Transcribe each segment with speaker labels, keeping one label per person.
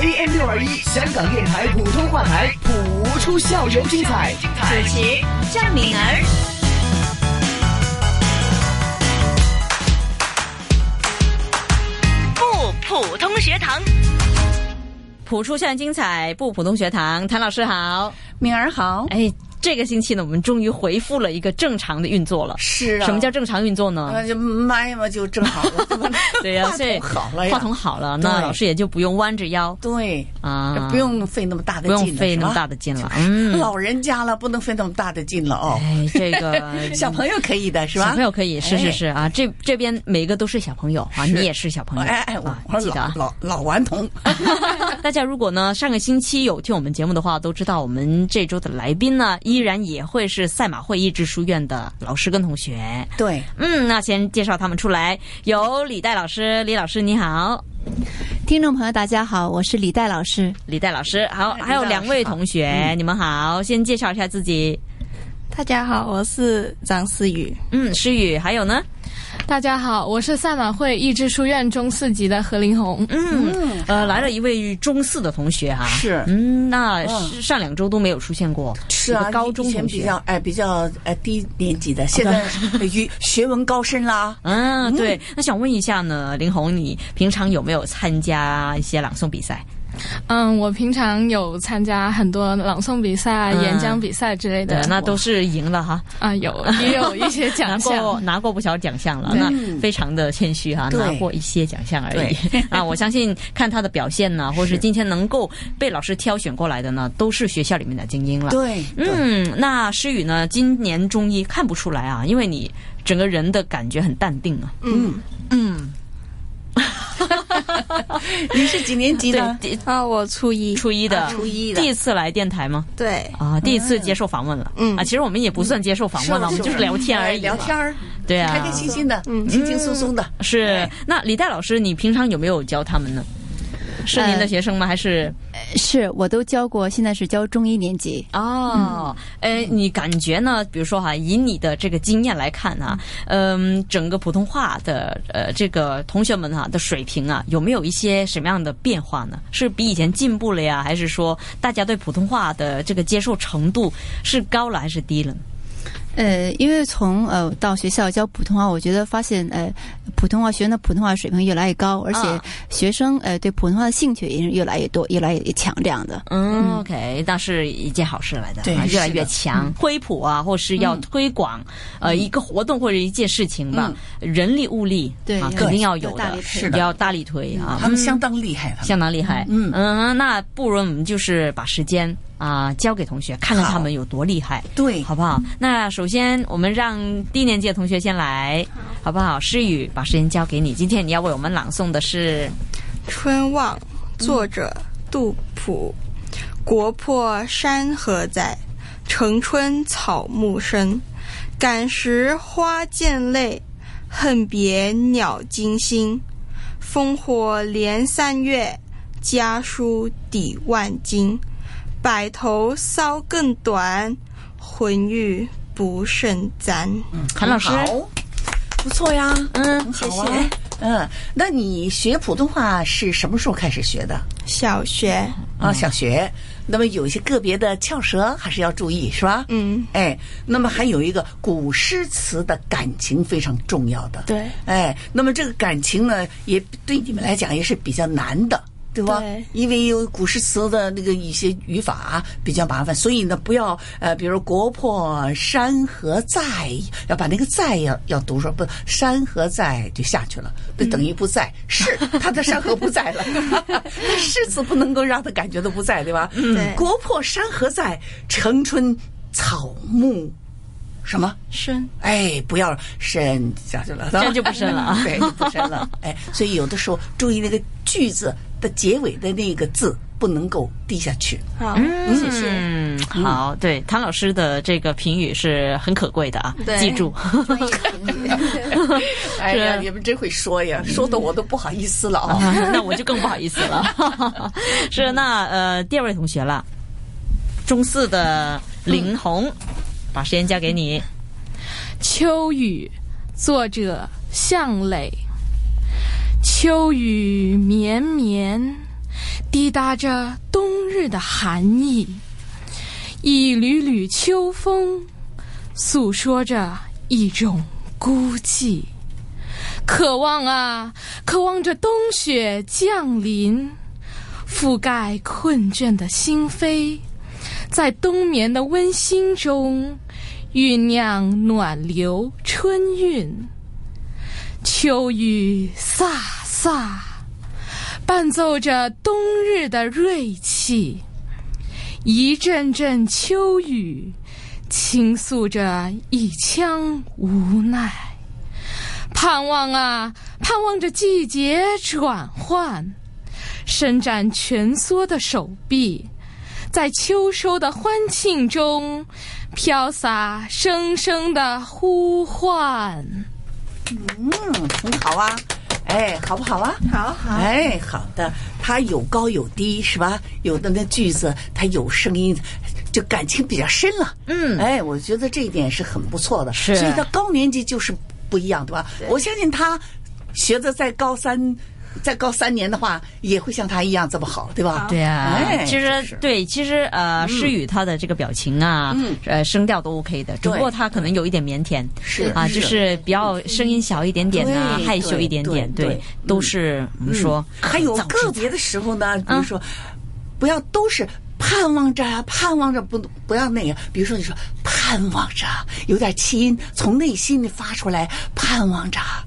Speaker 1: AM 六二一香港电台普通话台，谱出校园精彩。
Speaker 2: 主持郑敏儿。不普通学堂，
Speaker 3: 普出校园精彩，不普通学堂。谭老师好，
Speaker 4: 敏儿好，
Speaker 3: 哎。这个星期呢，我们终于恢复了一个正常的运作了。
Speaker 4: 是啊，
Speaker 3: 什么叫正常运作呢？
Speaker 4: 呃，就麦嘛就正好了，
Speaker 3: 对 呀、所以
Speaker 4: 好了呀，
Speaker 3: 话筒好了，那
Speaker 4: 对
Speaker 3: 老师也就不用弯着腰
Speaker 4: 对，
Speaker 3: 啊，
Speaker 4: 不用费那么大的
Speaker 3: 不
Speaker 4: 劲了，
Speaker 3: 用费那么大的
Speaker 4: 的。
Speaker 3: 劲 了。嗯，
Speaker 4: 老人家了，不能费那么大的劲了哦。
Speaker 3: 哎，这个
Speaker 4: 小朋友可以的是吧？哎
Speaker 3: 小朋友可以，是是是啊，这这边每个都是小朋友啊，
Speaker 4: 是
Speaker 3: 你也是小朋友，
Speaker 4: 哎哎，我
Speaker 3: 啊
Speaker 4: 我
Speaker 3: 记得
Speaker 4: 老
Speaker 3: 啊。
Speaker 4: 老老顽童，
Speaker 3: 大家如果呢上个星期有听我们节目的话，都知道我们这周的来宾呢，依然也会是赛马会益智书院的老师跟同学。
Speaker 4: 对，
Speaker 3: 嗯，那先介绍他们出来，有李戴老师，李老师你好，
Speaker 5: 听众朋友，大家好，我是李戴老师。
Speaker 3: 李戴老师好，
Speaker 4: 哎
Speaker 3: 还有
Speaker 4: 李戴老
Speaker 3: 两
Speaker 4: 师嗯
Speaker 3: 位同学，你们好，先介绍一下自己。
Speaker 5: 大家好，我是呃张思雨。
Speaker 3: 嗯，诗雨，还有呢？
Speaker 6: 大家好，我是赛马会益智书院中四级的何林红。
Speaker 3: 嗯，呃，来了一位中四的同学哈、
Speaker 4: 是
Speaker 3: 嗯，那
Speaker 4: 嗯
Speaker 3: 是上两周都没有出现过，
Speaker 4: 是
Speaker 3: 一
Speaker 4: 啊，
Speaker 3: 个高中
Speaker 4: 以前
Speaker 3: 同
Speaker 4: 比
Speaker 3: 学啊
Speaker 4: 较，哎比较哎低年级的，现在 语学文高深啦。
Speaker 3: 嗯，对，那想问一下呢，林红，你平常有没有参加一些朗诵比赛？
Speaker 6: 嗯，我平常有参加很多朗诵比赛、啊
Speaker 3: 嗯
Speaker 6: 演讲比赛之类的，
Speaker 3: 呃那都是赢了哈，
Speaker 6: 啊有也有一些
Speaker 3: 拿
Speaker 6: 奖
Speaker 3: 过
Speaker 6: 项。
Speaker 3: 拿过不少奖项了，
Speaker 6: 对
Speaker 3: 那非常的谦虚哈，
Speaker 4: 嗯对
Speaker 3: 拿过一些奖项而已 啊。我相信看他的表现呢，或是今天能够被老师挑选过来的呢，都是学校里面的精英了。
Speaker 4: 对，对
Speaker 3: 啊嗯，那诗雨呢？今年中医看不出来啊，因为你整个人的感觉很淡定啊。
Speaker 6: 嗯，
Speaker 4: 你是几年级
Speaker 3: 嗯对
Speaker 4: 的，？
Speaker 3: 第
Speaker 5: 啊，我初一。
Speaker 3: 初一的，
Speaker 4: 啊初一的
Speaker 3: 第一次来电台吗？
Speaker 5: 对，
Speaker 3: 啊，第一次接受访问了。
Speaker 5: 嗯
Speaker 3: 啊，其实我们也不算接受访问了，我们就是聊天而
Speaker 4: 哎
Speaker 3: 已。
Speaker 4: 聊天。儿，
Speaker 3: 对啊
Speaker 4: 开开心心的，轻轻松松的，
Speaker 3: 是
Speaker 4: 哎，
Speaker 3: 那李戴老师，你平常有没有教他们呢？是
Speaker 4: 呃
Speaker 3: 您的学生吗？还是
Speaker 5: 是我都教过，现在是教中一年级。
Speaker 3: 哦，呃，你感觉呢？比如说哈、以你的这个经验来看啊，嗯、整个普通话的呃这个同学们哈、的水平啊，有没有一些什么样的变化呢？是比以前进步了呀，还是说大家对普通话的这个接受程度是高了还是低了？
Speaker 5: 呃，因为从呃到学校教普通话，我觉得发现呃普通话学生的普通话水平越来越高，而且
Speaker 3: 啊
Speaker 5: 学生呃对普通话的兴趣也是越来越多、越来越强这样的。
Speaker 3: 嗯，OK，那是一件好事来的，
Speaker 4: 对
Speaker 3: 啊越来
Speaker 4: 是的
Speaker 3: 越强，推普啊，或是要推广、呃一个活动或者一件事情吧，人力物力
Speaker 5: 对
Speaker 3: 啊
Speaker 5: 要
Speaker 3: 肯定要有
Speaker 5: 要大力
Speaker 3: 的，
Speaker 5: 推
Speaker 4: 是
Speaker 3: 嗯
Speaker 4: 的
Speaker 3: 要大力推啊，
Speaker 4: 他们
Speaker 3: 嗯
Speaker 4: 相当厉害，他们
Speaker 3: 相当厉害。
Speaker 4: 嗯
Speaker 3: 那不如我们就是把时间啊、交给同学，看看他们有多厉害，
Speaker 4: 对，
Speaker 3: 好不好？那首先我们让低年级的同学先来，好不好？诗雨，把时间交给你。今天你要为我们朗诵的是，
Speaker 7: 《春望》，作者杜甫。国破山河在，城春草木深。感时花溅泪，恨别鸟惊心。烽火连三月，家书抵万金。白头搔更短，浑欲不胜簪。
Speaker 3: 韩老师，
Speaker 4: 好，不错呀，
Speaker 3: 嗯，
Speaker 4: 谢谢。嗯，那你学普通话是什么时候开始学的？
Speaker 7: 小学，
Speaker 4: 啊，小学。那么有一些个别的翘舌还是要注意，是吧？
Speaker 7: 嗯，
Speaker 4: 哎，那么还有一个古诗词的感情非常重要的。
Speaker 7: 对
Speaker 4: 哎，那么这个感情呢，也对你们来讲也是比较难的。对吧？
Speaker 7: 对
Speaker 4: 因为有古诗词的那个一些语法、比较麻烦，所以呢，不要呃，比如“国破山河在”，要把那个“在要”要读出来，不“山河在”就下去了，就等于不在。是他的山河不在了， 诗词不能够让他感觉到不在，对吧？
Speaker 7: 对
Speaker 4: 国破山河在，城春草木什么？
Speaker 7: 深。
Speaker 4: 哎，不要深下去了，这
Speaker 3: 样就不深了啊
Speaker 4: 对，就不深 了。哎，所以有的时候注意那个句子的结尾的那个字不能够低下去。
Speaker 7: 好，谢谢。
Speaker 3: 嗯，好，对，谭老师的这个评语是很可贵的啊，
Speaker 7: 对
Speaker 3: 记住。 啊
Speaker 4: 哎呀，你们真会说呀，说的我都不好意思了 啊。
Speaker 3: 啊，那我就更不好意思了。 是那呃，第二位同学了，中四的林红，把时间交给你。
Speaker 6: 秋雨，作者向磊。秋雨绵绵，滴答着冬日的寒意，一缕缕秋风诉说着一种孤寂。渴望啊，渴望着冬雪降临，覆盖困倦的心扉，在冬眠的温馨中酝酿暖流春韵。秋雨飒飒，伴奏着冬日的锐气，一阵阵秋雨倾诉着一腔无奈。盼望啊，盼望着季节转换，伸展蜷缩的手臂，在秋收的欢庆中，飘洒声声的呼唤。
Speaker 4: 嗯，很好啊，哎，好不好啊？
Speaker 7: 好好，
Speaker 4: 哎，好的，它有高有低，是吧？有的那句子它有声音，就感情比较深了。嗯，哎，我觉得这一点是很不错的。
Speaker 3: 是
Speaker 4: 所以到高年级就是不一样，对吧？我相信他学的在高三，在高三年的话，也会像他一样这么好，对吧？
Speaker 3: 对啊，
Speaker 4: 哎
Speaker 3: 其
Speaker 4: 真
Speaker 3: 实
Speaker 4: 是嗯
Speaker 3: 对，其实呃，诗雨她的这个表情啊，呃，声调都 OK 的，只不过她可能有一点腼腆，
Speaker 4: 是
Speaker 3: 啊，
Speaker 4: 是
Speaker 3: 就是比较声音小一点点啊，
Speaker 4: 对
Speaker 3: 害羞一点点，
Speaker 4: 对嗯对
Speaker 3: 对，都是我们说
Speaker 4: 嗯还有
Speaker 3: 藏
Speaker 4: 个
Speaker 3: 之嗯
Speaker 4: 别的时候呢，比如说，不要都是盼望着啊，盼望着不不要那个。比如说，你说盼望着，啊有点气音从内心里发出来，盼望着。啊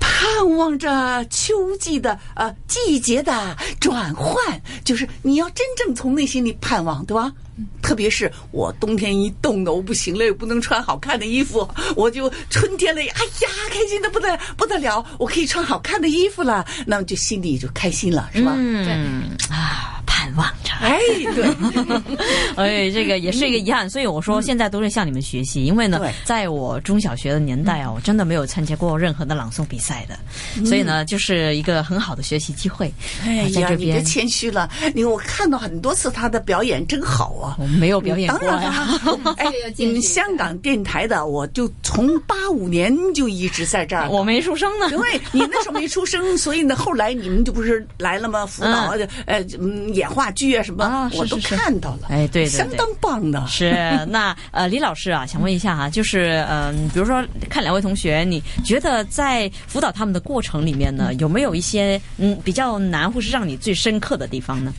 Speaker 4: 盼望着秋季的呃季节的转换，就是你要真正从内心里盼望，对吧？嗯特别是我冬天一冻的我不行了，又不能穿好看的衣服，我就春天了，哎呀，开心的不得不得了，我可以穿好看的衣服了，那么就心里就开心了，是吧？
Speaker 3: 嗯啊，盼望着。
Speaker 4: 哎， 对，
Speaker 3: 哎，这个也是一个遗憾，所以我说现在都是向你们学习，因为呢
Speaker 4: 嗯对，嗯
Speaker 3: 在我中小学的年代啊，我真的没有参加过任何的朗诵比赛的，所以呢，就是一个很好的学习机会。
Speaker 4: 哎
Speaker 3: 啊在
Speaker 4: 呀，
Speaker 3: 这
Speaker 4: 你别
Speaker 3: 边
Speaker 4: 谦虚了，你我看到很多次他的表演真好啊
Speaker 3: 我。没有表演
Speaker 4: 当
Speaker 3: 过
Speaker 4: 然
Speaker 3: 呀。
Speaker 4: 啦，哎，你们香港电台的，我就从八五年就一直在这儿。
Speaker 3: 我没出生呢，
Speaker 4: 因为你那时候没出生，所以呢，后来你们就不是来了吗？辅导、呃嗯演话剧啊什么，
Speaker 3: 啊是
Speaker 4: 我都
Speaker 3: 是是
Speaker 4: 看到了，
Speaker 3: 哎对对对
Speaker 4: 相当棒的。
Speaker 3: 是那呃，李老师啊，想问一下哈、就是嗯、比如说看两位同学，你觉得在辅导他们的过程里面呢，有没有一些嗯比较难或是让你最深刻的地方呢？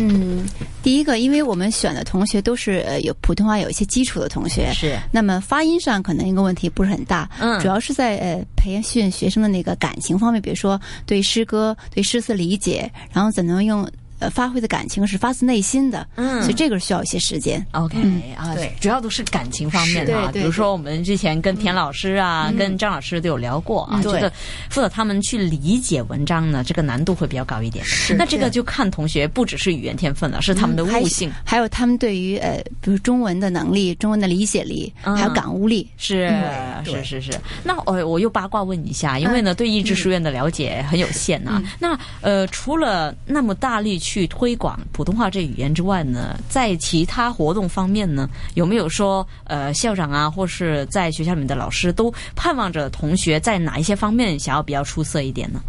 Speaker 5: 嗯，第一个，因为我们选的同学都是呃有普通话有一些基础的同学，
Speaker 3: 是
Speaker 5: 那么发音上可能一个问题不是很大，
Speaker 3: 嗯
Speaker 5: 主要是在呃培训学生的那个感情方面，比如说对诗歌、对诗词理解，然后怎么用呃发挥的感情是发自内心的，
Speaker 3: 嗯
Speaker 5: 所以这个需要一些时间。
Speaker 3: OK、啊
Speaker 4: 对，
Speaker 3: 主要都是感情方面
Speaker 5: 是
Speaker 3: 啊
Speaker 5: 对，对
Speaker 3: 比如说我们之前跟田老师啊、跟张老师都有聊过啊，这
Speaker 4: 对
Speaker 3: 个辅导他们去理解文章呢，这个难度会比较高一点。
Speaker 4: 是
Speaker 3: 那这嗯个就看同学不只是语言天分了，是他们的
Speaker 5: 还
Speaker 3: 悟性。
Speaker 5: 还有他们对于呃，比如中文的能力、中文的理解力，
Speaker 3: 嗯
Speaker 5: 还有感悟力，
Speaker 3: 是
Speaker 5: 嗯
Speaker 3: 是是是，那呃，我又八卦问一下，因为呢，对益智书院的了解
Speaker 5: 嗯
Speaker 3: 很有限啊。 那呃，除了那么大力去推广普通话这语言之外呢，在其他活动方面呢，有没有说呃，校长啊，或是在学校里面的老师都盼望着同学在哪一些方面想要比较出色一点呢？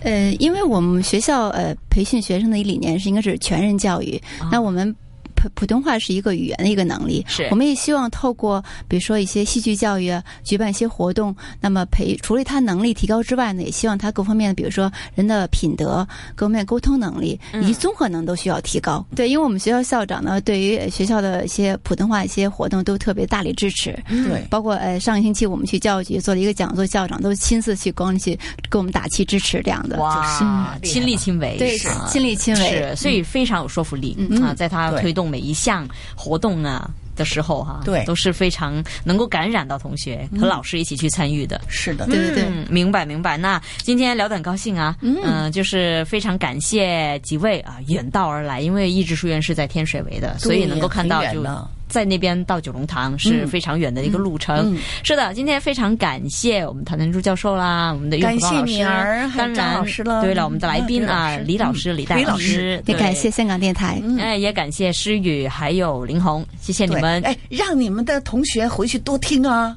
Speaker 5: 呃，因为我们学校呃培训学生的一理念是应该是全人教育，那我们。普普通话是一个语言的一个能力，
Speaker 3: 啊是
Speaker 5: 我们也希望透过比如说一些戏剧教育啊，举办一些活动，那么培除了他能力提高之外呢，也希望他各方面的，比如说人的品德、各方面沟通能力
Speaker 3: 嗯
Speaker 5: 以及综合能力都需要提高。对，因为我们学校校长呢，对于呃学校的一些普通话一些活动都特别大力支持，
Speaker 3: 嗯
Speaker 4: 对，
Speaker 5: 包括呃上个星期我们去教育局做了一个讲座，校长都亲自去光去给我们打气支持这样的。
Speaker 3: 哇，
Speaker 4: 就是
Speaker 3: 亲力亲为，
Speaker 5: 对
Speaker 3: 是啊
Speaker 5: 亲力亲为
Speaker 3: 是，所以非常有说服力、
Speaker 4: 嗯
Speaker 3: 啊，在他
Speaker 4: 对
Speaker 3: 推动每一项活动啊。的时候哈、
Speaker 4: 对嗯
Speaker 3: 都是非常能够感染到同学和老师一起去参与的。
Speaker 4: 是的，
Speaker 5: 对对对，
Speaker 3: 嗯，明白明白。那今天聊得很高兴啊，嗯、就是非常感谢几位啊远道而来，因为益智书院是在天水围的，所以能够看到
Speaker 4: 很远
Speaker 3: 就
Speaker 4: 呢嗯
Speaker 3: 在那边到九龙塘是非常远的一个路程。是的，今天非常感谢我们谭丹珠教授啦，我们的岳
Speaker 4: 感
Speaker 3: 普光
Speaker 4: 谢
Speaker 3: 老
Speaker 4: 敏
Speaker 3: 师
Speaker 4: 儿，还有
Speaker 3: 当
Speaker 4: 张
Speaker 3: 然
Speaker 4: 老师了
Speaker 3: 对了，我们的来宾啊，
Speaker 4: 嗯
Speaker 3: 李老师、李戴
Speaker 4: 李老
Speaker 3: 师
Speaker 4: 师，
Speaker 5: 也
Speaker 3: 对
Speaker 5: 感谢。香港电台。
Speaker 4: 嗯
Speaker 3: 哎，也感谢诗雨还有林红，谢谢你们。
Speaker 4: 哎对哎，让你们的同学回去多听啊，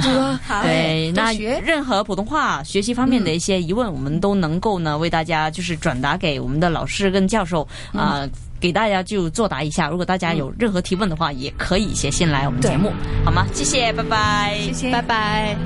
Speaker 4: 对吧？
Speaker 3: 对，那
Speaker 4: 多学
Speaker 3: 任何普通话学习方面的一些疑问，我们都能够呢为大家就是转达给我们的老师跟教授啊、
Speaker 4: 嗯
Speaker 3: 给大家就作答一下。如果大家有任何提问的话，也可以写信来我们节目，好吗？谢谢，拜拜。
Speaker 5: 拜拜。